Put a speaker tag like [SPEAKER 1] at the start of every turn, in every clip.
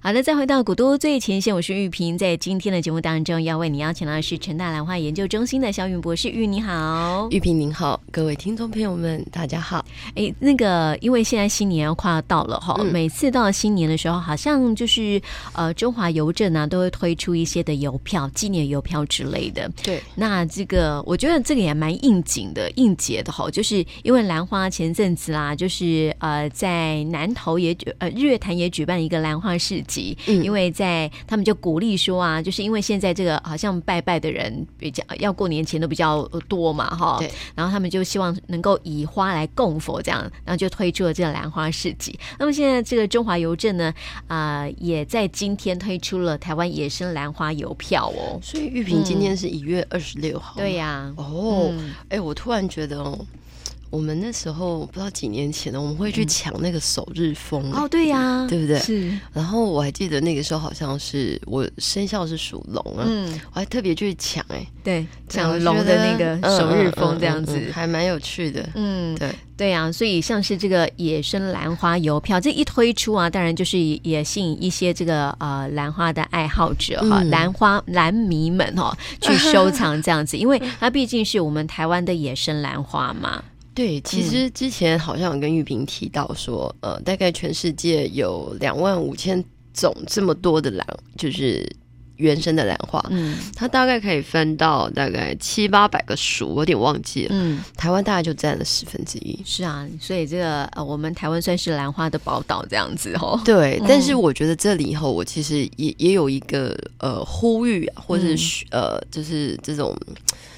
[SPEAKER 1] 好的，再回到古都最前线，我是玉萍。在今天的节目当中，要为你邀请到的是成大兰花研究中心的肖云博士。玉，你好。
[SPEAKER 2] 玉萍您好，各位听众朋友们，大家好。
[SPEAKER 1] 哎，那个，因为现在新年要快要到了哈，
[SPEAKER 2] 嗯
[SPEAKER 1] 每次到了新年的时候，好像就是呃，中华邮政啊都会推出一些的邮票、纪念邮票之类的。
[SPEAKER 2] 对，
[SPEAKER 1] 那这个我觉得这个也蛮应景的、应节的哈，就是因为兰花前阵子啦，就是呃在南投也举呃日月潭也举办一个兰花市集，
[SPEAKER 2] 嗯
[SPEAKER 1] 因为在他们就鼓励说啊，就是因为现在这个好像拜拜的人比较要过年前都比较呃多嘛哈
[SPEAKER 2] 对，
[SPEAKER 1] 然后他们就希望能够以花来供佛这样，然后就推出了这个兰花市集。那么现在这个中华邮政呢，啊、也在今天推出了台湾野生兰花邮票哦，
[SPEAKER 2] 所以玉萍今天是一月二十六号、
[SPEAKER 1] 对、呀、
[SPEAKER 2] 哦，
[SPEAKER 1] 嗯
[SPEAKER 2] 哎、我突然觉得哦，我们那时候不知道几年前了，我们会去抢那个首日封、
[SPEAKER 1] 嗯哦，对呀、
[SPEAKER 2] 对不对
[SPEAKER 1] 是，
[SPEAKER 2] 然后我还记得那个时候好像是我生肖是属龙啊，
[SPEAKER 1] 嗯，
[SPEAKER 2] 我还特别去抢哎、
[SPEAKER 1] 对，嗯
[SPEAKER 2] 我
[SPEAKER 1] 像
[SPEAKER 2] 觉
[SPEAKER 1] 龙的那
[SPEAKER 2] 得
[SPEAKER 1] 个首日风
[SPEAKER 2] 嗯
[SPEAKER 1] 这样
[SPEAKER 2] 嗯嗯嗯
[SPEAKER 1] 子。
[SPEAKER 2] 还蛮有趣的。
[SPEAKER 1] 嗯，
[SPEAKER 2] 对，
[SPEAKER 1] 对啊，所以像是这个野生兰花邮票，这一推出啊，当然就是也也吸引一些这个呃兰花的爱好者哈、
[SPEAKER 2] 嗯
[SPEAKER 1] 兰花兰迷们 哈、去收藏这样子，因为它毕竟是我们台湾的野生兰花嘛。
[SPEAKER 2] 对，
[SPEAKER 1] 嗯
[SPEAKER 2] 其实之前好像有跟玉萍提到说，呃，大概全世界有两万五千种这么多的兰，就是原生的兰花，
[SPEAKER 1] 嗯
[SPEAKER 2] 它大概可以分到大概七八百个属，我有点忘记了。
[SPEAKER 1] 嗯，
[SPEAKER 2] 台湾大概就占了十分之一。
[SPEAKER 1] 是啊，所以这个呃，我们台湾算是兰花的宝岛这样子哦。
[SPEAKER 2] 对
[SPEAKER 1] 嗯，
[SPEAKER 2] 但是我觉得这里以后，我其实也也有一个呃呼吁啊，或是
[SPEAKER 1] 嗯
[SPEAKER 2] 嘘、呃，就是这种，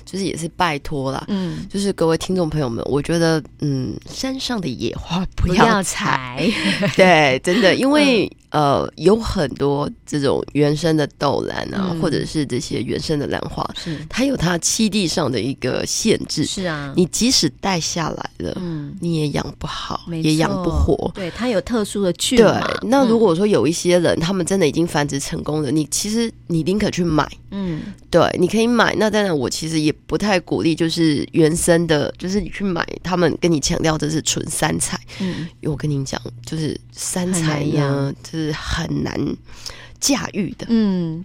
[SPEAKER 2] 就是也是拜托啦，
[SPEAKER 1] 嗯，
[SPEAKER 2] 就是各位听众朋友们，我觉得嗯，山上的野花不
[SPEAKER 1] 不
[SPEAKER 2] 要
[SPEAKER 1] 要
[SPEAKER 2] 采，
[SPEAKER 1] 采，
[SPEAKER 2] 对，真的，因为、
[SPEAKER 1] 嗯
[SPEAKER 2] 呃，有很多这种原生的豆兰啊，
[SPEAKER 1] 嗯
[SPEAKER 2] 或者是这些原生的兰花，
[SPEAKER 1] 是
[SPEAKER 2] 它有它栖地上的一个限 制，
[SPEAKER 1] 是啊，
[SPEAKER 2] 你即使带下来了，
[SPEAKER 1] 嗯。
[SPEAKER 2] 你也养不好，
[SPEAKER 1] 没
[SPEAKER 2] 也养不
[SPEAKER 1] 错嗯
[SPEAKER 2] 活。
[SPEAKER 1] 对，它有特殊的菌
[SPEAKER 2] 对
[SPEAKER 1] 嘛，
[SPEAKER 2] 那如果说有一些人，他们真的已经繁殖成功了，你其实你宁可去买，
[SPEAKER 1] 嗯
[SPEAKER 2] 对，你可以买。那当然，我其实也不太鼓励，就是原生的，就是你去买，他们跟你强调这是纯山采。
[SPEAKER 1] 嗯，
[SPEAKER 2] 我跟你讲，就是山
[SPEAKER 1] 很
[SPEAKER 2] 采
[SPEAKER 1] 难
[SPEAKER 2] 呢
[SPEAKER 1] 养，
[SPEAKER 2] 就是很难驾驭的。
[SPEAKER 1] 嗯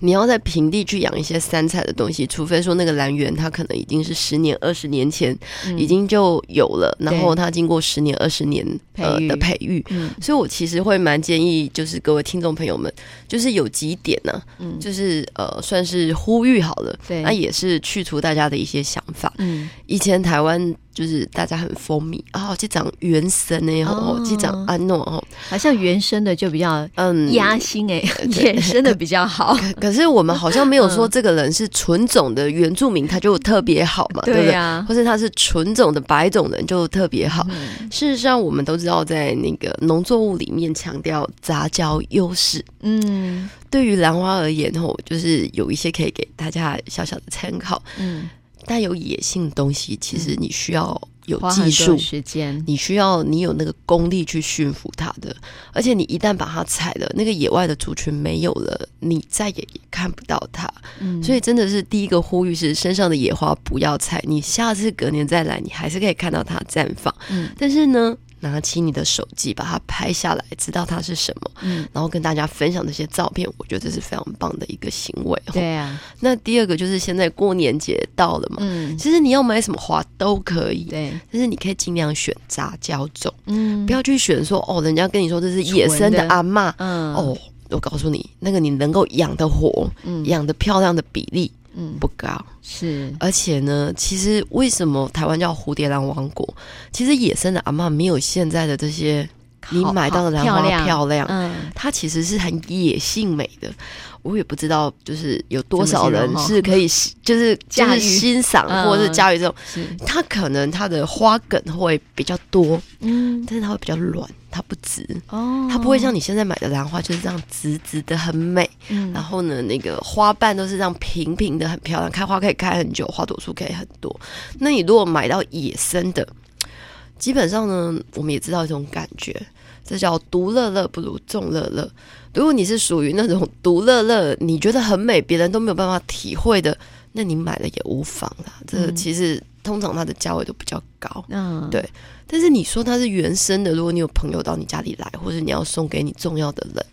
[SPEAKER 2] 你要在平地去养一些山采的东西，除非说那个兰园它可能已经是十年、二十年前、
[SPEAKER 1] 嗯，
[SPEAKER 2] 已经就有了，然后
[SPEAKER 1] 对
[SPEAKER 2] 它经过十年、二十年呃
[SPEAKER 1] 培育
[SPEAKER 2] 的培育。
[SPEAKER 1] 嗯
[SPEAKER 2] 所以，我其实会蛮建议，就是各位听众朋友们，就是有几点呢、
[SPEAKER 1] 嗯
[SPEAKER 2] 就是呃，算是呼吁好了，
[SPEAKER 1] 对
[SPEAKER 2] 那也是去除大家的一些想法。
[SPEAKER 1] 嗯
[SPEAKER 2] 以前台湾就是大家很风靡啊，去长原生呢，哦
[SPEAKER 1] 哦，
[SPEAKER 2] 去长安诺哦，
[SPEAKER 1] 好像原生的就比较
[SPEAKER 2] 嗯，
[SPEAKER 1] 压心哎、 野生的比较 好，
[SPEAKER 2] 可可是我们好像没有说这个人是纯种的原住民，他就特别 好嘛，对不
[SPEAKER 1] 对
[SPEAKER 2] 对？
[SPEAKER 1] 呀、
[SPEAKER 2] 或是他是纯种的白种人就特别好。
[SPEAKER 1] 嗯
[SPEAKER 2] 事实上，我们都知道，在那个农作物里面强调杂交优势，
[SPEAKER 1] 嗯
[SPEAKER 2] 对于兰花而言吼，就是有一些可以给大家小小的参考。
[SPEAKER 1] 嗯，
[SPEAKER 2] 但有野性的东西，其实你需要有
[SPEAKER 1] 花很
[SPEAKER 2] 技
[SPEAKER 1] 多
[SPEAKER 2] 术，
[SPEAKER 1] 时间，
[SPEAKER 2] 你需要你有那个功力去驯服它的，而且你一旦把它踩了，那个野外的族群没有了，你再也也看不到它。
[SPEAKER 1] 嗯，
[SPEAKER 2] 所以真的是第一个呼吁是，身上的野花不要采，你下次隔年再来，你还是可以看到它绽放。
[SPEAKER 1] 嗯
[SPEAKER 2] 但是呢，拿起你的手机把它拍下来，知道它是什么，
[SPEAKER 1] 嗯，
[SPEAKER 2] 然后跟大家分享这些照片，我觉得这是非常棒的一个行为。哦
[SPEAKER 1] 对啊，
[SPEAKER 2] 那第二个就是现在过年节到了嘛，
[SPEAKER 1] 嗯
[SPEAKER 2] 其实你要买什么花都可以，啊
[SPEAKER 1] 对，
[SPEAKER 2] 但是你可以尽量选杂交种，
[SPEAKER 1] 嗯
[SPEAKER 2] 不要去选说哦，人家跟你说这是野生的
[SPEAKER 1] 纯的
[SPEAKER 2] 阿嬷
[SPEAKER 1] 嗯
[SPEAKER 2] 哦。我告诉你，那个你能够养得活、
[SPEAKER 1] 嗯
[SPEAKER 2] 养得漂亮的比例
[SPEAKER 1] 嗯
[SPEAKER 2] 不高，
[SPEAKER 1] 是
[SPEAKER 2] 而且呢，其实为什么台湾叫蝴蝶兰王国？其实野生的阿嬷没有现在的这些你
[SPEAKER 1] 好
[SPEAKER 2] 买到的
[SPEAKER 1] 好
[SPEAKER 2] 兰
[SPEAKER 1] 漂
[SPEAKER 2] 花
[SPEAKER 1] 亮
[SPEAKER 2] 漂亮，
[SPEAKER 1] 嗯
[SPEAKER 2] 它其实是很野性美的。我也不知道，就是有多
[SPEAKER 1] 怎么
[SPEAKER 2] 少
[SPEAKER 1] 形容
[SPEAKER 2] 人
[SPEAKER 1] 哦
[SPEAKER 2] 是可以喜，就是就
[SPEAKER 1] 驾驭
[SPEAKER 2] 是欣赏
[SPEAKER 1] 嗯
[SPEAKER 2] 或者是驾驭这种。
[SPEAKER 1] 是
[SPEAKER 2] 它可能它的花梗会比较多，
[SPEAKER 1] 嗯
[SPEAKER 2] 但是它会比较软，它不直，
[SPEAKER 1] 哦，
[SPEAKER 2] 它不会像你现在买的兰花就是这样直直的很美。
[SPEAKER 1] 嗯
[SPEAKER 2] 然后呢，那个花瓣都是这样平平的，很漂亮，开花可以开很久，花朵数可以很多。那你如果买到野生的，基本上呢，我们也知道一种感觉，这叫独乐乐不如众乐乐。如果你是属于那种独乐乐，你觉得很美，别人都没有办法体会的，那你买了也无妨啦。这
[SPEAKER 1] 嗯
[SPEAKER 2] 其实通常它的价位都比较高。
[SPEAKER 1] 嗯
[SPEAKER 2] 对但是你说它是原生的，如果你有朋友到你家里来，或者你要送给你重要的人，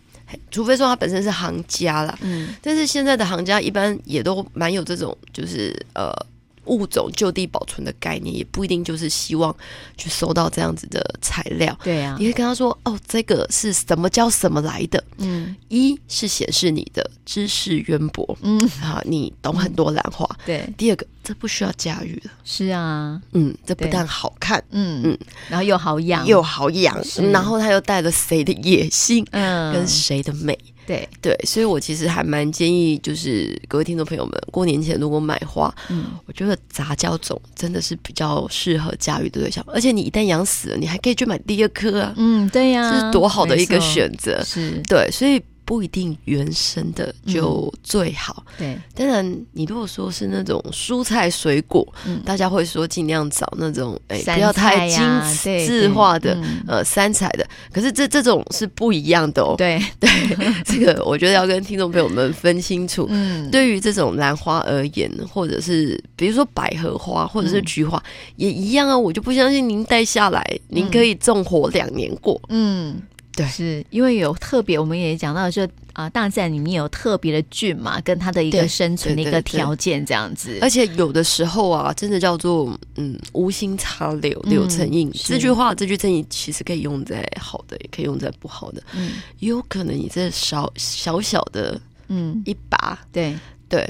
[SPEAKER 2] 除非说它本身是行家啦，
[SPEAKER 1] 嗯，
[SPEAKER 2] 但是现在的行家一般也都蛮有这种，就是呃物种就地保存的概念，也不一定就是希望去收到这样子的材料。
[SPEAKER 1] 对啊
[SPEAKER 2] 你，会跟他说：“哦，这个是什么叫什么来的？
[SPEAKER 1] 嗯
[SPEAKER 2] 一是显示你的知识渊博
[SPEAKER 1] 嗯，
[SPEAKER 2] 啊，你懂很多兰花。
[SPEAKER 1] 对，
[SPEAKER 2] 第二个，这不需要驾驭了，
[SPEAKER 1] 是啊，
[SPEAKER 2] 嗯，这不
[SPEAKER 1] 对
[SPEAKER 2] 但好看
[SPEAKER 1] 嗯
[SPEAKER 2] 嗯
[SPEAKER 1] 然后又好养，
[SPEAKER 2] 又好养
[SPEAKER 1] 是，
[SPEAKER 2] 然后它又带了谁的野心
[SPEAKER 1] 嗯，
[SPEAKER 2] 跟谁的美。
[SPEAKER 1] 对，
[SPEAKER 2] 对，所以我其实还蛮建议，就是各位听众朋友们，过年前如果买花，
[SPEAKER 1] 嗯
[SPEAKER 2] 我觉得杂交种真的是比较适合驾驭的对象，而且你一旦养死了，你还可以去买第二颗啊，
[SPEAKER 1] 嗯，对呀、
[SPEAKER 2] 这是多好的一个
[SPEAKER 1] 没错，
[SPEAKER 2] 选择。
[SPEAKER 1] 是，
[SPEAKER 2] 对，所以不一定原生的
[SPEAKER 1] 嗯
[SPEAKER 2] 就最好。
[SPEAKER 1] 对，
[SPEAKER 2] 当然，你如果说是那种蔬菜水果，
[SPEAKER 1] 嗯，
[SPEAKER 2] 大家会说尽量找那种哎、
[SPEAKER 1] 山
[SPEAKER 2] 不要
[SPEAKER 1] 菜
[SPEAKER 2] 太精
[SPEAKER 1] 呀对
[SPEAKER 2] 致
[SPEAKER 1] 对
[SPEAKER 2] 化的。
[SPEAKER 1] 嗯
[SPEAKER 2] 呃，三彩的，可是这这种是不一样的哦。
[SPEAKER 1] 对，
[SPEAKER 2] 这个我觉得要跟听众朋友们分清楚。
[SPEAKER 1] 嗯，
[SPEAKER 2] 对于这种兰花而言，或者是比如说百合花，或者是
[SPEAKER 1] 嗯
[SPEAKER 2] 菊花，也一样啊。我就不相信您带下来，您可以纵火两年过。
[SPEAKER 1] 嗯，
[SPEAKER 2] 对
[SPEAKER 1] 是因为有特别，我们也讲到说啊、大自然里面有特别的菌嘛，跟它的一个
[SPEAKER 2] 对
[SPEAKER 1] 生存的一
[SPEAKER 2] 对
[SPEAKER 1] 个
[SPEAKER 2] 对对哎
[SPEAKER 1] 条件这样子。
[SPEAKER 2] 而且有的时候啊，真的叫做嗯，无心插柳柳成荫、
[SPEAKER 1] 嗯是
[SPEAKER 2] 这句话，这句成语其实可以用在好的，也可以用在不好的。
[SPEAKER 1] 嗯
[SPEAKER 2] 也有可能你这少小小的
[SPEAKER 1] 嗯，
[SPEAKER 2] 一把，
[SPEAKER 1] 对，
[SPEAKER 2] 对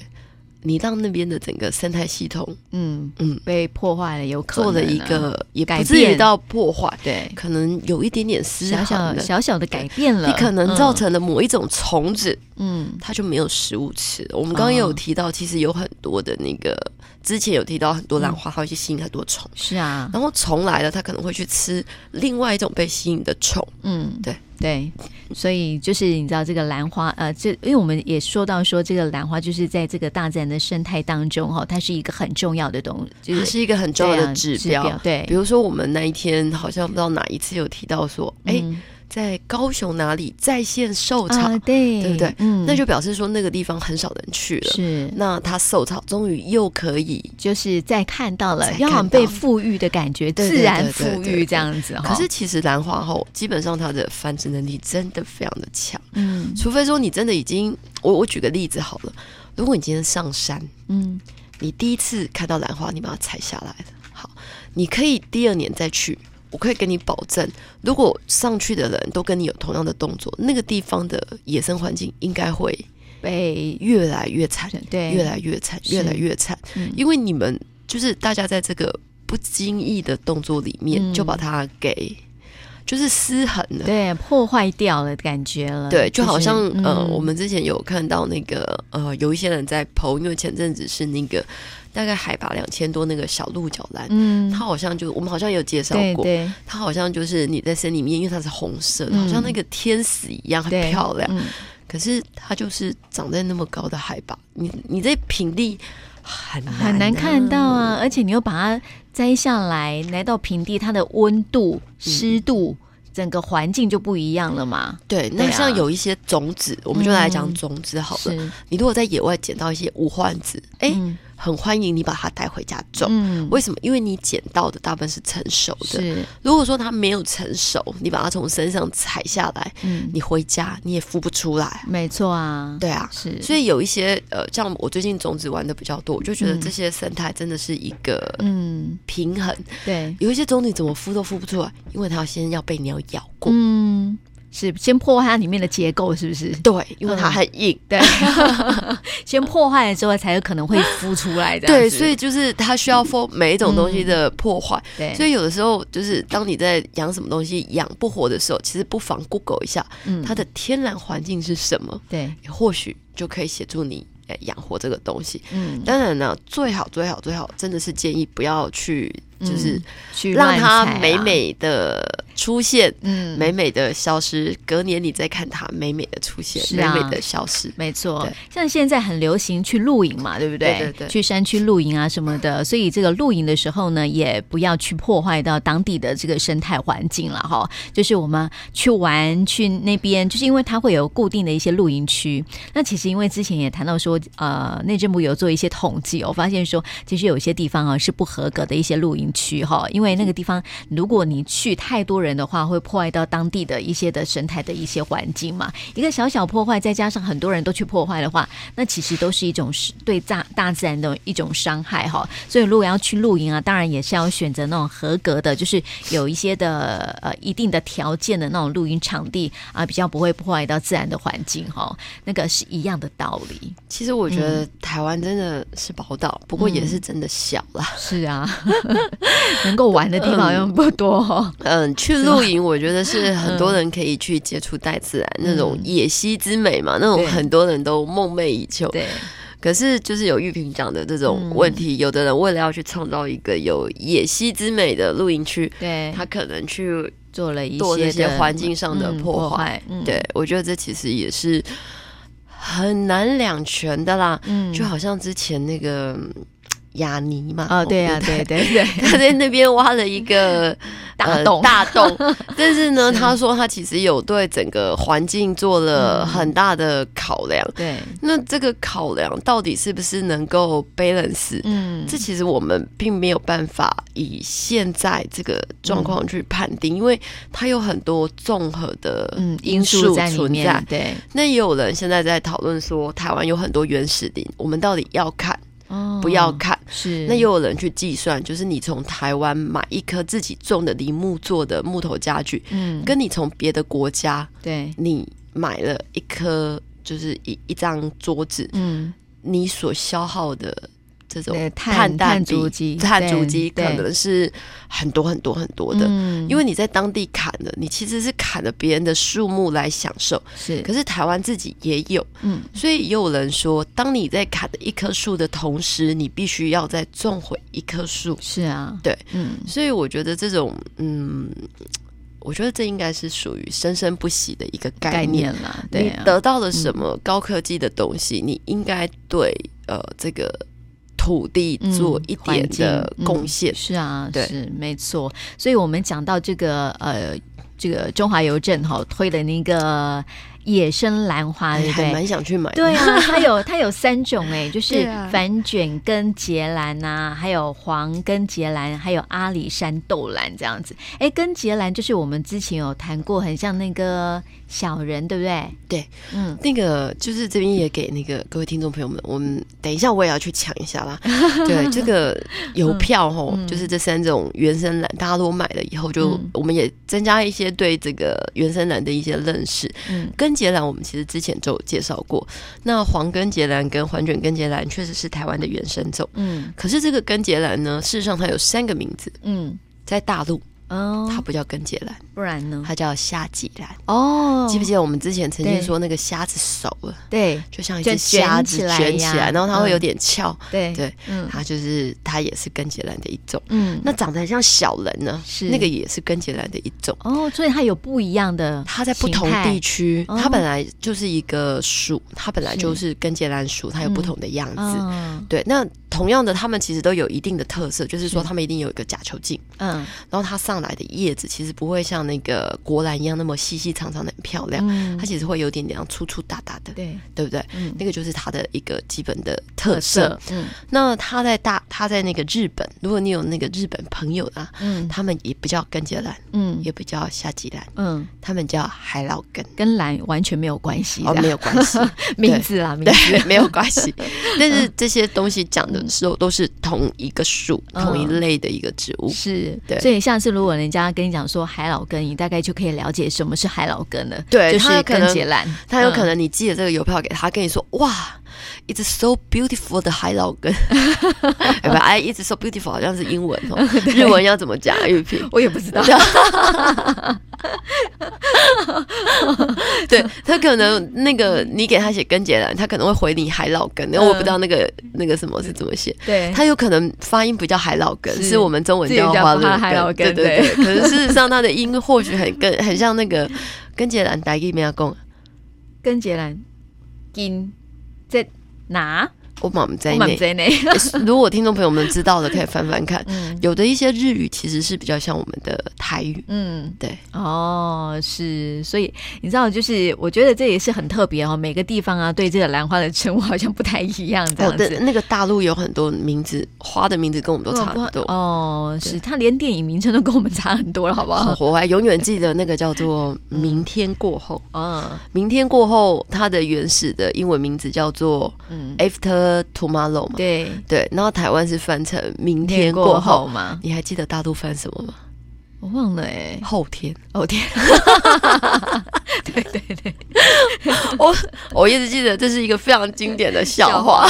[SPEAKER 2] 你让那边的整个生态系统，
[SPEAKER 1] 嗯
[SPEAKER 2] 嗯，
[SPEAKER 1] 被破坏了，有可能
[SPEAKER 2] 做
[SPEAKER 1] 啊
[SPEAKER 2] 了一个也
[SPEAKER 1] 改
[SPEAKER 2] 不至于
[SPEAKER 1] 变
[SPEAKER 2] 到破坏，
[SPEAKER 1] 对
[SPEAKER 2] 可能有一点点失
[SPEAKER 1] 小
[SPEAKER 2] 衡
[SPEAKER 1] 小
[SPEAKER 2] 的
[SPEAKER 1] 小小的改变了，
[SPEAKER 2] 你可能
[SPEAKER 1] 嗯
[SPEAKER 2] 造成了某一种虫子，
[SPEAKER 1] 嗯
[SPEAKER 2] 它就没有食物吃。我们刚刚也有提到，其实有很多的那个，之前有提到很多兰花，它会去吸引很多虫，
[SPEAKER 1] 是啊，
[SPEAKER 2] 然后虫来了，它可能会去吃另外一种被吸引的虫。
[SPEAKER 1] 嗯，
[SPEAKER 2] 对
[SPEAKER 1] 对，所以就是你知道这个兰花，呃，这因为我们也说到说这个兰花就是在这个大自然的生态当中哈、哦，它是一个很重要的东西，就
[SPEAKER 2] 它
[SPEAKER 1] 是
[SPEAKER 2] 是一个很重要
[SPEAKER 1] 对啊
[SPEAKER 2] 的指标。
[SPEAKER 1] 对
[SPEAKER 2] 比，如说，我们那一天好像不知道哪一次有提到说，哎、
[SPEAKER 1] 嗯
[SPEAKER 2] 在高雄哪里在线售草，
[SPEAKER 1] 啊，对，
[SPEAKER 2] 对不对
[SPEAKER 1] 嗯，
[SPEAKER 2] 那就表示说那个地方很少人去了。
[SPEAKER 1] 是。
[SPEAKER 2] 那它售草终于又可以
[SPEAKER 1] 就是在看到了，
[SPEAKER 2] 再
[SPEAKER 1] 要
[SPEAKER 2] 看
[SPEAKER 1] 很被
[SPEAKER 2] 到
[SPEAKER 1] 富裕的感觉，
[SPEAKER 2] 对对
[SPEAKER 1] 自然
[SPEAKER 2] 对
[SPEAKER 1] 富
[SPEAKER 2] 对对
[SPEAKER 1] 裕
[SPEAKER 2] 对
[SPEAKER 1] 这样子哈。
[SPEAKER 2] 可是，其实兰花吼，基本上它的繁殖能力真的非常的强，
[SPEAKER 1] 嗯
[SPEAKER 2] 除非说你真的已经，我我举个例子好了，如果你今天上山，
[SPEAKER 1] 嗯，
[SPEAKER 2] 你第一次看到兰花，你把它采下来了，好，你可以第二年再去，我可以给你保证，如果上去的人都跟你有同样的动作，那个地方的野生环境应该会
[SPEAKER 1] 被
[SPEAKER 2] 越来越惨，
[SPEAKER 1] 对
[SPEAKER 2] 越来越惨，
[SPEAKER 1] 是
[SPEAKER 2] 越来越惨，
[SPEAKER 1] 嗯
[SPEAKER 2] 因为你们就是大家在这个不经意的动作里
[SPEAKER 1] 嗯
[SPEAKER 2] 面就把它给。就是失衡了，
[SPEAKER 1] 对破坏掉了感觉了。
[SPEAKER 2] 对，就好像、
[SPEAKER 1] 是
[SPEAKER 2] 呃，
[SPEAKER 1] 嗯
[SPEAKER 2] 我们之前有看到那个呃，有一些人在剖，因为前阵子是那个大概海拔两千多那个小鹿角兰，
[SPEAKER 1] 嗯，
[SPEAKER 2] 它好像就我们好像有介绍
[SPEAKER 1] 对
[SPEAKER 2] 过，
[SPEAKER 1] 对
[SPEAKER 2] 它好像就是你在山里面，因为它是红色的，
[SPEAKER 1] 嗯
[SPEAKER 2] 好像那个天使一样，很
[SPEAKER 1] 对
[SPEAKER 2] 漂亮。
[SPEAKER 1] 嗯
[SPEAKER 2] 可是它就是长在那么高的海拔，你你在平地很难、
[SPEAKER 1] 很难看到。啊，而且你又把它摘下来，来到平地，它的温度、湿度，整个环境就不一样了嘛。
[SPEAKER 2] 对，
[SPEAKER 1] 对
[SPEAKER 2] 那
[SPEAKER 1] 啊
[SPEAKER 2] 像有一些种子，我们就来讲
[SPEAKER 1] 嗯
[SPEAKER 2] 种子好了。
[SPEAKER 1] 是，
[SPEAKER 2] 你如果在野外捡到一些无患子，哎、
[SPEAKER 1] 嗯
[SPEAKER 2] 很欢迎你把它带回家种。
[SPEAKER 1] 嗯，
[SPEAKER 2] 为什么？因为你捡到的大部分是成熟的。
[SPEAKER 1] 是，
[SPEAKER 2] 如果说它没有成熟，你把它从身上采下来，
[SPEAKER 1] 嗯，
[SPEAKER 2] 你回家你也孵不出来。
[SPEAKER 1] 没错啊，
[SPEAKER 2] 对啊，
[SPEAKER 1] 是，
[SPEAKER 2] 所以有一些呃，像我最近种子玩的比较多，我就觉得
[SPEAKER 1] 嗯
[SPEAKER 2] 这些生态真的是一个
[SPEAKER 1] 嗯，
[SPEAKER 2] 平衡。
[SPEAKER 1] 对，
[SPEAKER 2] 有一些种子怎么孵都孵不出来，因为它要先要被鸟咬过。
[SPEAKER 1] 嗯，是先破坏它里面的结构，是不 是？
[SPEAKER 2] 对，嗯因为它很硬。
[SPEAKER 1] 对，先破坏了之后，才有可能会孵出来的。
[SPEAKER 2] 对，所以就是它需要 for 每一种东西的破坏。
[SPEAKER 1] 对，
[SPEAKER 2] 所以有的时候，就是当你在养什么东西养不活的时候，其实不妨 Google 一下
[SPEAKER 1] 嗯
[SPEAKER 2] 它的天然环境是什么，
[SPEAKER 1] 对，
[SPEAKER 2] 也或许就可以协助你呃养活这个东西。
[SPEAKER 1] 嗯，
[SPEAKER 2] 当然了，最好最好最好，真的是建议不要去，就是
[SPEAKER 1] 嗯去
[SPEAKER 2] 让它
[SPEAKER 1] 乱踩啊
[SPEAKER 2] 美，美的出现，
[SPEAKER 1] 嗯，
[SPEAKER 2] 美美的消失。隔年你再看它，美美的出现，
[SPEAKER 1] 是
[SPEAKER 2] 美
[SPEAKER 1] 啊
[SPEAKER 2] 美的消失。
[SPEAKER 1] 没错
[SPEAKER 2] 对，
[SPEAKER 1] 像现在很流行去露营嘛，对不对？
[SPEAKER 2] 对对对
[SPEAKER 1] 去山区露营啊什么的， 所以这个露营的时候呢，也不要去破坏到当地的这个生态环境了哈。就是我们去玩去那边，就是因为它会有固定的一些露营区。那其实因为之前也谈到说，呃，内政部有做一些统计哦，我发现说其实有一些地方啊是不合格的一些露营区哈，因为那个地方如果你去太多人人的话，会破坏到当地的一些的生态的一些环境嘛。一个小小破坏，再加上很多人都去破坏的话，那其实都是一种是对大大自然的一种伤害哈。所以如果要去露营啊，当然也是要选择那种合格的，就是有一些的呃一定的条件的那种露营场地啊，比较不会破坏到自然的环境哈。那个是一样的道理。
[SPEAKER 2] 其实我觉
[SPEAKER 1] 嗯
[SPEAKER 2] 得台湾真的是宝岛，不过也是真的小啦。
[SPEAKER 1] 是 啊，能够玩的地方又不多哦。
[SPEAKER 2] 嗯，去露营我觉得是很多人可以去接触大自然、那种野溪之美嘛，那种
[SPEAKER 1] 嗯对
[SPEAKER 2] 很多人都梦寐以求。
[SPEAKER 1] 对，
[SPEAKER 2] 可是就是有玉萍讲的这种问
[SPEAKER 1] 嗯
[SPEAKER 2] 题，有的人为了要去创造一个有野溪之美的露营区，
[SPEAKER 1] 对，
[SPEAKER 2] 他可能去
[SPEAKER 1] 做了一
[SPEAKER 2] 做这
[SPEAKER 1] 些
[SPEAKER 2] 些
[SPEAKER 1] 的
[SPEAKER 2] 环境上的
[SPEAKER 1] 嗯
[SPEAKER 2] 破坏。
[SPEAKER 1] 坏，嗯，
[SPEAKER 2] 对，我觉得这其实也是很难两全的啦。
[SPEAKER 1] 嗯
[SPEAKER 2] 就好像之前那个嗯雅尼嘛，
[SPEAKER 1] 哦，对呀、
[SPEAKER 2] 不
[SPEAKER 1] 对对 对，
[SPEAKER 2] 他在那边挖了一个
[SPEAKER 1] 大洞
[SPEAKER 2] 呃、大 洞。但是呢，他说他其实有对整个环境做
[SPEAKER 1] 嗯
[SPEAKER 2] 了很大的考量。
[SPEAKER 1] 对，
[SPEAKER 2] 那这个考量到底是不是能够 balance？、
[SPEAKER 1] 嗯，
[SPEAKER 2] 这其实我们并没有办法以现在这个
[SPEAKER 1] 嗯
[SPEAKER 2] 状况去判定，因为它有很多综合的
[SPEAKER 1] 嗯
[SPEAKER 2] 因
[SPEAKER 1] 因
[SPEAKER 2] 素
[SPEAKER 1] 素在里
[SPEAKER 2] 存
[SPEAKER 1] 面，
[SPEAKER 2] 在。
[SPEAKER 1] 对，
[SPEAKER 2] 那也有人现在在讨论说，台湾有很多原始林，我们到底要看
[SPEAKER 1] 哦
[SPEAKER 2] 不要看？
[SPEAKER 1] 是
[SPEAKER 2] 那也有人去计算，就是你从台湾买一棵自己种的梨木做的木头家具，
[SPEAKER 1] 嗯
[SPEAKER 2] 跟你从别的国家
[SPEAKER 1] 对
[SPEAKER 2] 你买了一颗就是一一张桌子，
[SPEAKER 1] 嗯
[SPEAKER 2] 你所消耗的这种
[SPEAKER 1] 对碳
[SPEAKER 2] 碳
[SPEAKER 1] 碳
[SPEAKER 2] 氮
[SPEAKER 1] 足
[SPEAKER 2] 比
[SPEAKER 1] 迹
[SPEAKER 2] 碳
[SPEAKER 1] 对
[SPEAKER 2] 足迹可
[SPEAKER 1] 对
[SPEAKER 2] 能是很多很多很多的。
[SPEAKER 1] 嗯，
[SPEAKER 2] 因为你在当地砍的，你其实是砍了别人的树木来享受，
[SPEAKER 1] 是
[SPEAKER 2] 可是台湾自己也有，
[SPEAKER 1] 嗯
[SPEAKER 2] 所以也有人说，当你在砍一棵树的同时，你必须要再种回一棵树。
[SPEAKER 1] 是啊，
[SPEAKER 2] 对，
[SPEAKER 1] 嗯
[SPEAKER 2] 所以我觉得这种，嗯，我觉得这应该是属于生生不息的一个
[SPEAKER 1] 概
[SPEAKER 2] 概念。
[SPEAKER 1] 念啦，对
[SPEAKER 2] 你
[SPEAKER 1] 啊，
[SPEAKER 2] 得到了什么高科技的东西，你应该对呃这个土地做
[SPEAKER 1] 嗯
[SPEAKER 2] 一
[SPEAKER 1] 环
[SPEAKER 2] 点
[SPEAKER 1] 境
[SPEAKER 2] 的
[SPEAKER 1] 嗯
[SPEAKER 2] 贡献。
[SPEAKER 1] 是啊，
[SPEAKER 2] 对
[SPEAKER 1] 是没错。所以我们讲到这个呃，这个中华邮政哈、推的那个野生兰花，
[SPEAKER 2] 哎
[SPEAKER 1] 啊对不
[SPEAKER 2] 还
[SPEAKER 1] 对？
[SPEAKER 2] 蛮想去买的。
[SPEAKER 1] 对 啊，它有它有三种哎、就是
[SPEAKER 2] 对啊
[SPEAKER 1] 反卷跟节兰呐、还有黄跟节兰，还有阿里山豆兰这样子。哎，跟节兰就是我们之前有谈过，很像那个小人，对不对？
[SPEAKER 2] 对，
[SPEAKER 1] 嗯，
[SPEAKER 2] 那个就是这边也给那个各位听众朋友们，我们等一下我也要去抢一 下啦。对，这个邮票吼，就是这三种原生蓝，大家都买了以后就，
[SPEAKER 1] 嗯
[SPEAKER 2] 我们也增加一些对这个原生蓝的一些认识。
[SPEAKER 1] 嗯
[SPEAKER 2] 根节兰我们其实之前就有介绍过，那黄根节兰跟环卷根节兰确实是台湾的原生种，
[SPEAKER 1] 嗯
[SPEAKER 2] 可是这个根节兰呢，事实上它有三个名字，
[SPEAKER 1] 嗯，
[SPEAKER 2] 在大陆它
[SPEAKER 1] 哦，
[SPEAKER 2] 不叫根节兰，
[SPEAKER 1] 不然呢？
[SPEAKER 2] 它叫虾脊兰。
[SPEAKER 1] 哦，
[SPEAKER 2] 记不记得我们之前曾经
[SPEAKER 1] 对
[SPEAKER 2] 说那个虾子熟了？
[SPEAKER 1] 对
[SPEAKER 2] 就像一
[SPEAKER 1] 就
[SPEAKER 2] 只虾
[SPEAKER 1] 卷
[SPEAKER 2] 子
[SPEAKER 1] 起来
[SPEAKER 2] 卷
[SPEAKER 1] 一
[SPEAKER 2] 起
[SPEAKER 1] 样
[SPEAKER 2] 来，然后它会有
[SPEAKER 1] 嗯
[SPEAKER 2] 点翘，
[SPEAKER 1] 对
[SPEAKER 2] 对，
[SPEAKER 1] 嗯
[SPEAKER 2] 它就是它也是根节兰的一种。
[SPEAKER 1] 嗯，
[SPEAKER 2] 那长得很像小人呢，
[SPEAKER 1] 是
[SPEAKER 2] 那个也是根节兰的一种。
[SPEAKER 1] 哦，所以它有不一样的形态，
[SPEAKER 2] 它在不同地区，
[SPEAKER 1] 哦
[SPEAKER 2] 它本来就是一个属，它本来就是根节兰属，它有不同的样子。
[SPEAKER 1] 嗯
[SPEAKER 2] 对，那同样的，它们其实都有一定的特色，就是说
[SPEAKER 1] 是
[SPEAKER 2] 它们一定有一个假球茎，
[SPEAKER 1] 嗯
[SPEAKER 2] 然后它上来的叶子其实不会像那个国兰一样那么细细长长的很漂亮，
[SPEAKER 1] 嗯
[SPEAKER 2] 它，其实会有点点像粗粗大大的，
[SPEAKER 1] 对，
[SPEAKER 2] 对不对？
[SPEAKER 1] 嗯，
[SPEAKER 2] 那个就是它的一个基本的
[SPEAKER 1] 特
[SPEAKER 2] 特色。，
[SPEAKER 1] 嗯
[SPEAKER 2] 那它在大，它在那个日本，如果你有那个日本朋友啊，
[SPEAKER 1] 嗯
[SPEAKER 2] 他们也不叫根节兰，
[SPEAKER 1] 嗯
[SPEAKER 2] 也不叫夏季兰，
[SPEAKER 1] 嗯，
[SPEAKER 2] 他们叫海老根。
[SPEAKER 1] 跟蓝完全没有关系，
[SPEAKER 2] 哦，
[SPEAKER 1] 这样
[SPEAKER 2] 没有关 系，
[SPEAKER 1] 名字啦，名字，
[SPEAKER 2] 对，没 有关 系。但是这些东西讲的时候都是同一个属、
[SPEAKER 1] 嗯
[SPEAKER 2] 同一类的一个植物。
[SPEAKER 1] 是，
[SPEAKER 2] 对
[SPEAKER 1] 所以下次如果人家跟你讲说海老根，你大概就可以了解什么是海老根了。
[SPEAKER 2] 对
[SPEAKER 1] 就是
[SPEAKER 2] 他可能
[SPEAKER 1] 根节兰，
[SPEAKER 2] 他有可
[SPEAKER 1] 嗯、
[SPEAKER 2] 能你寄了这个邮票给他，跟你说哇，it's so beautiful 的海老 根，哎不，哎，it's so beautiful 好像是英文 哦，日文要怎么讲？玉萍，
[SPEAKER 1] 我也不知道。
[SPEAKER 2] 对他可能那个你给他写根节兰，他可能会回你海老根，因为我不知道那个那个什么是怎么写。
[SPEAKER 1] 嗯对，
[SPEAKER 2] 他有可能发音不叫海老根，
[SPEAKER 1] 是
[SPEAKER 2] 是我们中文
[SPEAKER 1] 自己
[SPEAKER 2] 叫
[SPEAKER 1] 叫
[SPEAKER 2] 花
[SPEAKER 1] 花海老
[SPEAKER 2] 乐
[SPEAKER 1] 根
[SPEAKER 2] 根，对对对。可是事实上，它的音或许很跟很像那个根节兰达吉米亚贡，
[SPEAKER 1] 根节兰，金在哪？
[SPEAKER 2] 我满在
[SPEAKER 1] 我
[SPEAKER 2] 内
[SPEAKER 1] 满。在内，
[SPEAKER 2] 如果听众朋友们知道的，可以翻翻看。
[SPEAKER 1] 嗯
[SPEAKER 2] 有的一些日语其实是比较像我们的台语，
[SPEAKER 1] 嗯，
[SPEAKER 2] 对，
[SPEAKER 1] 哦，是，所以你知道，就是我觉得这也是很特别哦，每个地方啊，对这个兰花的称呼好像不太一样，这
[SPEAKER 2] 哦
[SPEAKER 1] 样，
[SPEAKER 2] 对，
[SPEAKER 1] 子。
[SPEAKER 2] 那个大陆有很多名字，花的名字跟我们都差不多。
[SPEAKER 1] 哦，是他连电影名称都跟我们差很多了，好不好？
[SPEAKER 2] 我还永远记得那个叫做“明天过后”，
[SPEAKER 1] 嗯
[SPEAKER 2] 明天过后，它的原始的英文名字叫做
[SPEAKER 1] 嗯，
[SPEAKER 2] After Tomorrow 嘛。
[SPEAKER 1] 对，
[SPEAKER 2] 对，然后台湾是翻成明天
[SPEAKER 1] 天
[SPEAKER 2] 过
[SPEAKER 1] 过
[SPEAKER 2] 后
[SPEAKER 1] 后。嘛，
[SPEAKER 2] 你还记得大陆翻什么吗？
[SPEAKER 1] 我忘了哎、
[SPEAKER 2] 后天。
[SPEAKER 1] 哦天， 对对对，
[SPEAKER 2] 我哦我一直记得这是一个非常经典的笑话。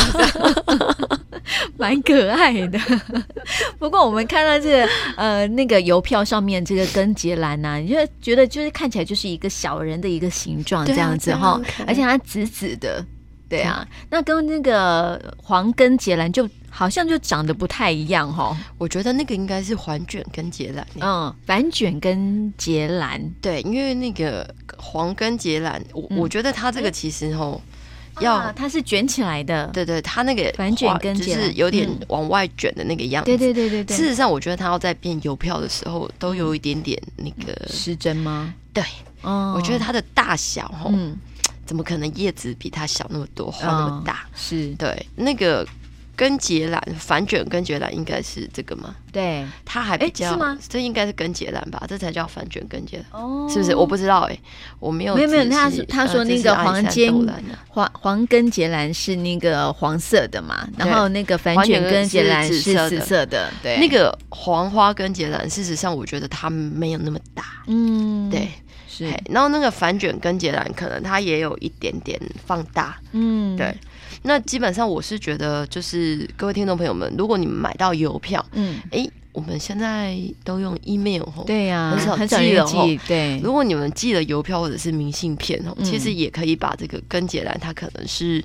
[SPEAKER 1] 蛮可爱的。 不过我们看到这个呃那个邮票上面这个根结兰呐、你就觉得就是看起来就是一个小人的一个形状
[SPEAKER 2] 对
[SPEAKER 1] 这
[SPEAKER 2] 啊
[SPEAKER 1] 样子
[SPEAKER 2] 对啊
[SPEAKER 1] 哈、
[SPEAKER 2] 很可爱
[SPEAKER 1] 而且它紫紫的，对啊，那跟那个黄根结兰就好像就长得不太一样哈、
[SPEAKER 2] 我觉得那个应该是环卷跟结兰。
[SPEAKER 1] 嗯，反卷跟结兰，
[SPEAKER 2] 对，因为那个黄跟结兰，我、
[SPEAKER 1] 嗯
[SPEAKER 2] 我觉得它这个其实吼、要、
[SPEAKER 1] 啊它是卷起来的，
[SPEAKER 2] 对对，它那个
[SPEAKER 1] 反卷
[SPEAKER 2] 花
[SPEAKER 1] 跟
[SPEAKER 2] 就
[SPEAKER 1] 结
[SPEAKER 2] 是
[SPEAKER 1] 兰
[SPEAKER 2] 有点
[SPEAKER 1] 嗯
[SPEAKER 2] 往外卷的那个样子。
[SPEAKER 1] 对对对对对，
[SPEAKER 2] 事实上，我觉得它要在变邮票的时候，都有一点点那个。
[SPEAKER 1] 失真吗？
[SPEAKER 2] 对，
[SPEAKER 1] 嗯哦
[SPEAKER 2] 我觉得它的大小吼、
[SPEAKER 1] 嗯
[SPEAKER 2] 怎么可能叶子比它小那么多，花那么
[SPEAKER 1] 嗯
[SPEAKER 2] 大？
[SPEAKER 1] 是
[SPEAKER 2] 对，那个跟结兰反卷跟结兰应该是这个吗？
[SPEAKER 1] 对
[SPEAKER 2] 它还比
[SPEAKER 1] 诶
[SPEAKER 2] 较，
[SPEAKER 1] 是吗
[SPEAKER 2] 这应该是跟结兰吧？这才叫反卷跟结兰。
[SPEAKER 1] 哦
[SPEAKER 2] 是不是？我不知道哎、我没有
[SPEAKER 1] 没有没有
[SPEAKER 2] 仔细
[SPEAKER 1] 他是他
[SPEAKER 2] 呃
[SPEAKER 1] 说
[SPEAKER 2] 这
[SPEAKER 1] 那
[SPEAKER 2] 是
[SPEAKER 1] 个
[SPEAKER 2] 阿里
[SPEAKER 1] 黄
[SPEAKER 2] 山
[SPEAKER 1] 金
[SPEAKER 2] 豆兰啊
[SPEAKER 1] 黄黄根结兰是那个黄色的嘛，
[SPEAKER 2] 对
[SPEAKER 1] 然后那个反
[SPEAKER 2] 黄
[SPEAKER 1] 卷
[SPEAKER 2] 卷
[SPEAKER 1] 根结兰
[SPEAKER 2] 是
[SPEAKER 1] 是
[SPEAKER 2] 紫色的
[SPEAKER 1] 紫色的，对，
[SPEAKER 2] 那个黄花跟结兰，事实上我觉得它没有那么大，
[SPEAKER 1] 嗯，
[SPEAKER 2] 对。
[SPEAKER 1] 是，
[SPEAKER 2] 嘿然后那个反卷跟结兰，可能它也有一点点放大，
[SPEAKER 1] 嗯，
[SPEAKER 2] 对。，那基本上我是觉得，就是各位听众朋友们，如果你们买到邮票，
[SPEAKER 1] 嗯，
[SPEAKER 2] 诶，我们现在都用 email 吼。
[SPEAKER 1] 对呀、
[SPEAKER 2] 很少
[SPEAKER 1] 很少
[SPEAKER 2] 寄
[SPEAKER 1] 人
[SPEAKER 2] 了吼
[SPEAKER 1] 寄，对，
[SPEAKER 2] 如果你们寄了邮票或者是明信片哦，
[SPEAKER 1] 嗯
[SPEAKER 2] 其实也可以把这个跟结兰，它可能是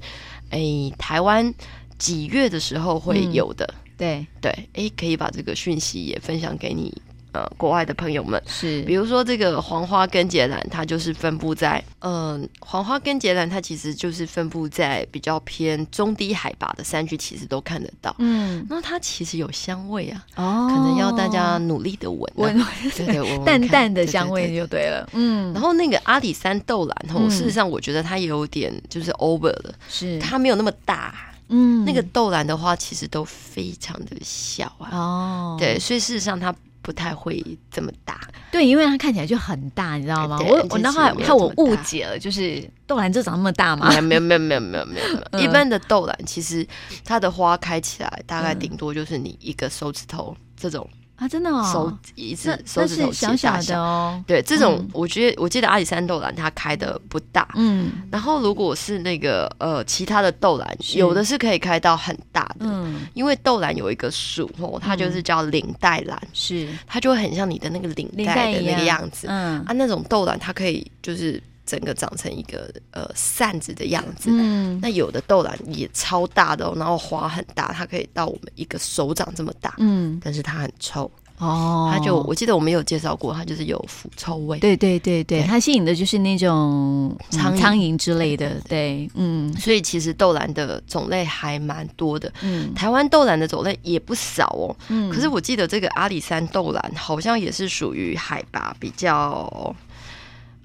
[SPEAKER 2] 诶、台湾几月的时候会
[SPEAKER 1] 嗯
[SPEAKER 2] 有的，
[SPEAKER 1] 对，
[SPEAKER 2] 对，诶、可以把这个讯息也分享给你呃国外的朋友们。
[SPEAKER 1] 是，
[SPEAKER 2] 比如说这个黄花跟结兰，它就是分布在，嗯、黄花跟结兰它其实就是分布在比较偏中低海拔的山区，其实都看得到。
[SPEAKER 1] 嗯，
[SPEAKER 2] 那它其实有香味啊，
[SPEAKER 1] 哦，
[SPEAKER 2] 可能要大家努力的闻、啊，
[SPEAKER 1] 闻
[SPEAKER 2] 对对，闻闻
[SPEAKER 1] 哦淡
[SPEAKER 2] 看
[SPEAKER 1] 淡的
[SPEAKER 2] 对
[SPEAKER 1] 香
[SPEAKER 2] 对对
[SPEAKER 1] 味就对了，嗯，
[SPEAKER 2] 然后那个阿里山豆兰吼，
[SPEAKER 1] 嗯
[SPEAKER 2] 事实上我觉得它也有点就是 over 了，
[SPEAKER 1] 是，
[SPEAKER 2] 它没有那么大。
[SPEAKER 1] 嗯，
[SPEAKER 2] 那个豆兰的话，其实都非常的小啊，
[SPEAKER 1] 哦，
[SPEAKER 2] 对，所以事实上它不太会这么大。
[SPEAKER 1] 对，因为它看起来就很大，你知道吗？
[SPEAKER 2] 对
[SPEAKER 1] 我
[SPEAKER 2] 这
[SPEAKER 1] 我那
[SPEAKER 2] 其
[SPEAKER 1] 后来
[SPEAKER 2] 实没有
[SPEAKER 1] 害我
[SPEAKER 2] 这么
[SPEAKER 1] 误
[SPEAKER 2] 大
[SPEAKER 1] 解了，就是豆兰就长那么大嘛
[SPEAKER 2] 没，有没有没有没有没有没有没有，
[SPEAKER 1] 嗯
[SPEAKER 2] 一般的豆兰其实它的花开起来大
[SPEAKER 1] 嗯
[SPEAKER 2] 概顶多就是你一个手指头这种
[SPEAKER 1] 啊，真的哦，
[SPEAKER 2] 手一只
[SPEAKER 1] 那
[SPEAKER 2] 手
[SPEAKER 1] 那
[SPEAKER 2] 指头
[SPEAKER 1] 是
[SPEAKER 2] 其
[SPEAKER 1] 小
[SPEAKER 2] 实
[SPEAKER 1] 小
[SPEAKER 2] 大
[SPEAKER 1] 的
[SPEAKER 2] 小。
[SPEAKER 1] 哦，
[SPEAKER 2] 对，这种
[SPEAKER 1] 嗯
[SPEAKER 2] 我觉得我记得阿里山豆兰它开的不大，
[SPEAKER 1] 嗯
[SPEAKER 2] 然后如果是那个呃其他的豆兰，
[SPEAKER 1] 是
[SPEAKER 2] 有的是可以开到很大的，
[SPEAKER 1] 嗯，
[SPEAKER 2] 因为豆兰有一个属哦，它就是叫领带兰，
[SPEAKER 1] 是
[SPEAKER 2] 它就会很像你的那个领
[SPEAKER 1] 嗯领带
[SPEAKER 2] 带的
[SPEAKER 1] 一
[SPEAKER 2] 那
[SPEAKER 1] 样
[SPEAKER 2] 个样子
[SPEAKER 1] 嗯
[SPEAKER 2] 啊。那种豆兰它可以就是整个长成一个呃扇子的样子。
[SPEAKER 1] 嗯
[SPEAKER 2] 那有的豆兰也超大的、哦，然后花很大，它可以到我们一个手掌这么大，
[SPEAKER 1] 嗯
[SPEAKER 2] 但是它很臭，
[SPEAKER 1] 哦，嗯
[SPEAKER 2] 它就我记得我们有介绍过，它就是有腐臭味。
[SPEAKER 1] 对对对对，
[SPEAKER 2] 对
[SPEAKER 1] 它吸引的就是那种嗯
[SPEAKER 2] 苍蝇
[SPEAKER 1] 苍蝇之类的，对，嗯
[SPEAKER 2] 所以其实豆兰的种类还蛮多的，
[SPEAKER 1] 嗯
[SPEAKER 2] 台湾豆兰的种类也不少哦。
[SPEAKER 1] 嗯，
[SPEAKER 2] 可是我记得这个阿里山豆兰好像也是属于海拔比较，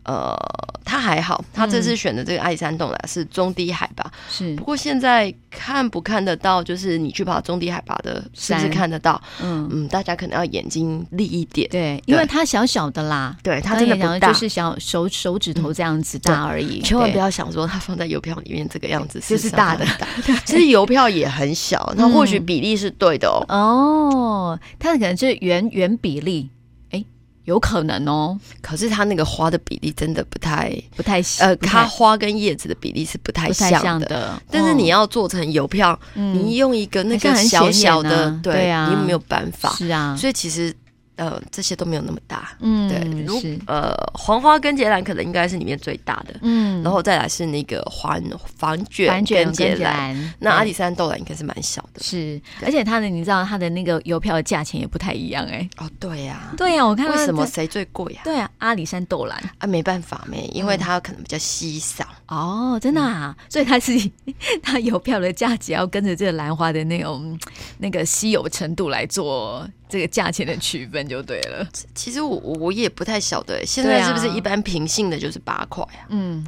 [SPEAKER 2] 呃，它还好，它这次选的这个阿里山豆兰是中低海拔。
[SPEAKER 1] 是
[SPEAKER 2] 不过现在看不看得到，就是你去爬中低海拔的，是不是
[SPEAKER 1] 山
[SPEAKER 2] 看得到？
[SPEAKER 1] 嗯
[SPEAKER 2] 嗯，大家可能要眼睛利一点。
[SPEAKER 1] 对，因为
[SPEAKER 2] 对
[SPEAKER 1] 它小小的啦，
[SPEAKER 2] 对，它
[SPEAKER 1] 刚
[SPEAKER 2] 真的
[SPEAKER 1] 也讲
[SPEAKER 2] 不
[SPEAKER 1] 了
[SPEAKER 2] 大，嗯
[SPEAKER 1] 就是小手手指头这样子大而已，
[SPEAKER 2] 千万不
[SPEAKER 1] 对
[SPEAKER 2] 要想说它放在邮票里面这个样子，
[SPEAKER 1] 就是
[SPEAKER 2] 事实上
[SPEAKER 1] 大的
[SPEAKER 2] 它很大。 其实邮票也很小，那或许
[SPEAKER 1] 嗯
[SPEAKER 2] 比例是对的哦。
[SPEAKER 1] 哦，它可能是原原比例，哎，有可能哦，
[SPEAKER 2] 可是它那个花的比例真的不太，
[SPEAKER 1] 不太
[SPEAKER 2] 呃，
[SPEAKER 1] 不太
[SPEAKER 2] 它花跟叶子的比例是不太
[SPEAKER 1] 不太
[SPEAKER 2] 像
[SPEAKER 1] 像
[SPEAKER 2] 的。
[SPEAKER 1] 的，
[SPEAKER 2] 但是
[SPEAKER 1] 哦
[SPEAKER 2] 你要做成邮票，
[SPEAKER 1] 嗯
[SPEAKER 2] 你用一个那
[SPEAKER 1] 还是
[SPEAKER 2] 个
[SPEAKER 1] 很
[SPEAKER 2] 小
[SPEAKER 1] 显眼
[SPEAKER 2] 小的，
[SPEAKER 1] 啊对
[SPEAKER 2] 对
[SPEAKER 1] 啊
[SPEAKER 2] 你没有办法。
[SPEAKER 1] 是啊，
[SPEAKER 2] 所以其实呃，这些都没有那么大。
[SPEAKER 1] 嗯，
[SPEAKER 2] 对，如
[SPEAKER 1] 是，
[SPEAKER 2] 呃，黄花跟节兰可能应该是里面最大的，
[SPEAKER 1] 嗯，
[SPEAKER 2] 然后再来是那个环环卷
[SPEAKER 1] 反卷
[SPEAKER 2] 跟节
[SPEAKER 1] 跟
[SPEAKER 2] 兰，
[SPEAKER 1] 蓝，
[SPEAKER 2] 那阿
[SPEAKER 1] 对
[SPEAKER 2] 里山豆兰应该是蛮小的。
[SPEAKER 1] 是，而且它的你知道它的那个邮票的价钱也不太一样哎、
[SPEAKER 2] 哦，对呀、
[SPEAKER 1] 对啊呀、我看它
[SPEAKER 2] 为什么
[SPEAKER 1] 在？
[SPEAKER 2] 谁最贵呀、
[SPEAKER 1] 对啊，阿里山豆兰
[SPEAKER 2] 啊？没办法没，因
[SPEAKER 1] 嗯
[SPEAKER 2] 为它可能比较稀少。
[SPEAKER 1] 哦，真的啊，所以它是 它邮票的价值要跟着这个兰花的那种那个稀有程度来做这个价钱的区分就对了。
[SPEAKER 2] 其实我我我也不太晓得，现
[SPEAKER 1] 对
[SPEAKER 2] 在
[SPEAKER 1] 啊
[SPEAKER 2] 是不是一般平性的就是八块啊？
[SPEAKER 1] 嗯，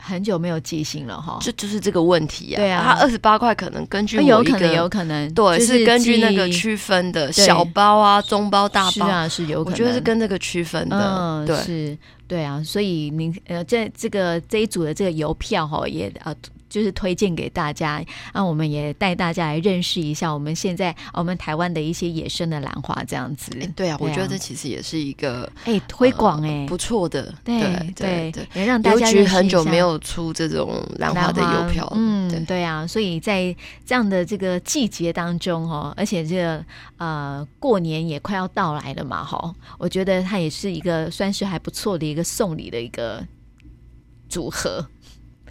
[SPEAKER 1] 很久没有记性了哈，
[SPEAKER 2] 就就是这个问题啊。
[SPEAKER 1] 哦对啊
[SPEAKER 2] 它二十八块可能根据
[SPEAKER 1] 啊
[SPEAKER 2] 某
[SPEAKER 1] 有
[SPEAKER 2] 一
[SPEAKER 1] 可
[SPEAKER 2] 个
[SPEAKER 1] 能有可能
[SPEAKER 2] 对，
[SPEAKER 1] 就是
[SPEAKER 2] 根据那个
[SPEAKER 1] 记
[SPEAKER 2] 区分的
[SPEAKER 1] 对
[SPEAKER 2] 小包啊、中包、大
[SPEAKER 1] 是
[SPEAKER 2] 包，
[SPEAKER 1] 啊是有可
[SPEAKER 2] 我
[SPEAKER 1] 能，
[SPEAKER 2] 觉得是跟这个区分的。
[SPEAKER 1] 嗯，
[SPEAKER 2] 对，
[SPEAKER 1] 是，对啊，所以您呃，这这个这一组的这个邮票哈、也呃。就是推荐给大家，那、我们也带大家来认识一下我们现在哦我们台湾的一些野生的兰花，这样子。
[SPEAKER 2] 诶对啊，我
[SPEAKER 1] 对啊
[SPEAKER 2] 觉得这其实也是一个
[SPEAKER 1] 哎、推广哎、
[SPEAKER 2] 呃不错的。
[SPEAKER 1] 对
[SPEAKER 2] 对对对，
[SPEAKER 1] 也让大
[SPEAKER 2] 邮
[SPEAKER 1] 家
[SPEAKER 2] 局
[SPEAKER 1] 认识
[SPEAKER 2] 很
[SPEAKER 1] 一
[SPEAKER 2] 久
[SPEAKER 1] 下
[SPEAKER 2] 没有出这种兰花的邮票了。
[SPEAKER 1] 嗯，
[SPEAKER 2] 对。
[SPEAKER 1] 对啊，所以在这样的这个季节当中哦，而且这个呃过年也快要到来了嘛，哈，我觉得它也是一个算是还不错的一个送礼的一个组合。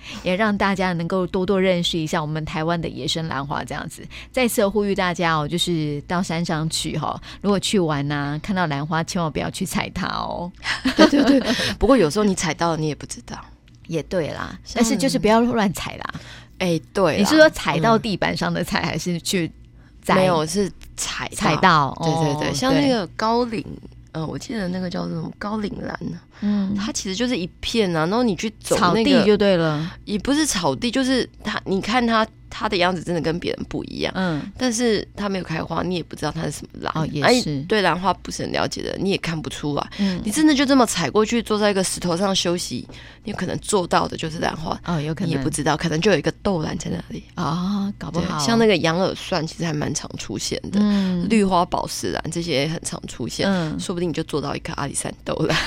[SPEAKER 1] 也让大家能够多多认识一下我们台湾的野生兰花，这样子。再次呼吁大家哦，就是到山上去哈、哦，如果去玩呐、看到兰花千万不要去踩它哦。
[SPEAKER 2] 对对 对，不过有时候你踩到了你也不知道。
[SPEAKER 1] 也对啦，
[SPEAKER 2] 像
[SPEAKER 1] 但是就是不要乱踩啦。
[SPEAKER 2] 哎，对啦，
[SPEAKER 1] 你是说踩到地板上的踩，还是去摘？
[SPEAKER 2] 没有是踩
[SPEAKER 1] 踩？到，
[SPEAKER 2] 对对对，
[SPEAKER 1] 哦
[SPEAKER 2] 像那，个高岭，呃，我记得那个叫什么高岭兰呢，
[SPEAKER 1] 嗯，
[SPEAKER 2] 它其实就是一片啊，然后你去走
[SPEAKER 1] 草
[SPEAKER 2] 那
[SPEAKER 1] 地
[SPEAKER 2] 个，
[SPEAKER 1] 就对了，
[SPEAKER 2] 也不是草地，就是它，你看它它的样子真的跟别人不一样。
[SPEAKER 1] 嗯，
[SPEAKER 2] 但是它没有开花，你也不知道它是什么兰。
[SPEAKER 1] 哦也
[SPEAKER 2] 哎
[SPEAKER 1] 是
[SPEAKER 2] 对兰花不是很了解的，你也看不出来。
[SPEAKER 1] 嗯
[SPEAKER 2] 你真的就这么踩过去，坐在一个石头上休息，你可能做到的就是兰花，
[SPEAKER 1] 哦，有可
[SPEAKER 2] 你也
[SPEAKER 1] 能
[SPEAKER 2] 不知道，可能就有一个豆兰在那里。
[SPEAKER 1] 啊，搞不
[SPEAKER 2] 对
[SPEAKER 1] 好
[SPEAKER 2] 像那个羊耳蒜，其实还蛮常出现的，
[SPEAKER 1] 嗯
[SPEAKER 2] 绿花宝石兰这些也很常出现。
[SPEAKER 1] 嗯，
[SPEAKER 2] 说不定你就做到一颗阿里山豆兰，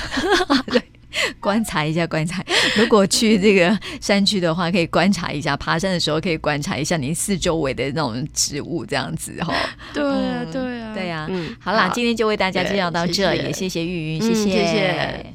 [SPEAKER 1] 观察一下观察。 如果去这个山区的话，可以观察一下，爬山的时候可以观察一下你四周围的那种植物，这样子哈。
[SPEAKER 2] 对
[SPEAKER 1] 啊对啊
[SPEAKER 2] 嗯
[SPEAKER 1] 好啦，今天就为大家介绍到这，
[SPEAKER 2] 对谢谢
[SPEAKER 1] 也谢谢玉云，
[SPEAKER 2] 嗯
[SPEAKER 1] 谢
[SPEAKER 2] 谢谢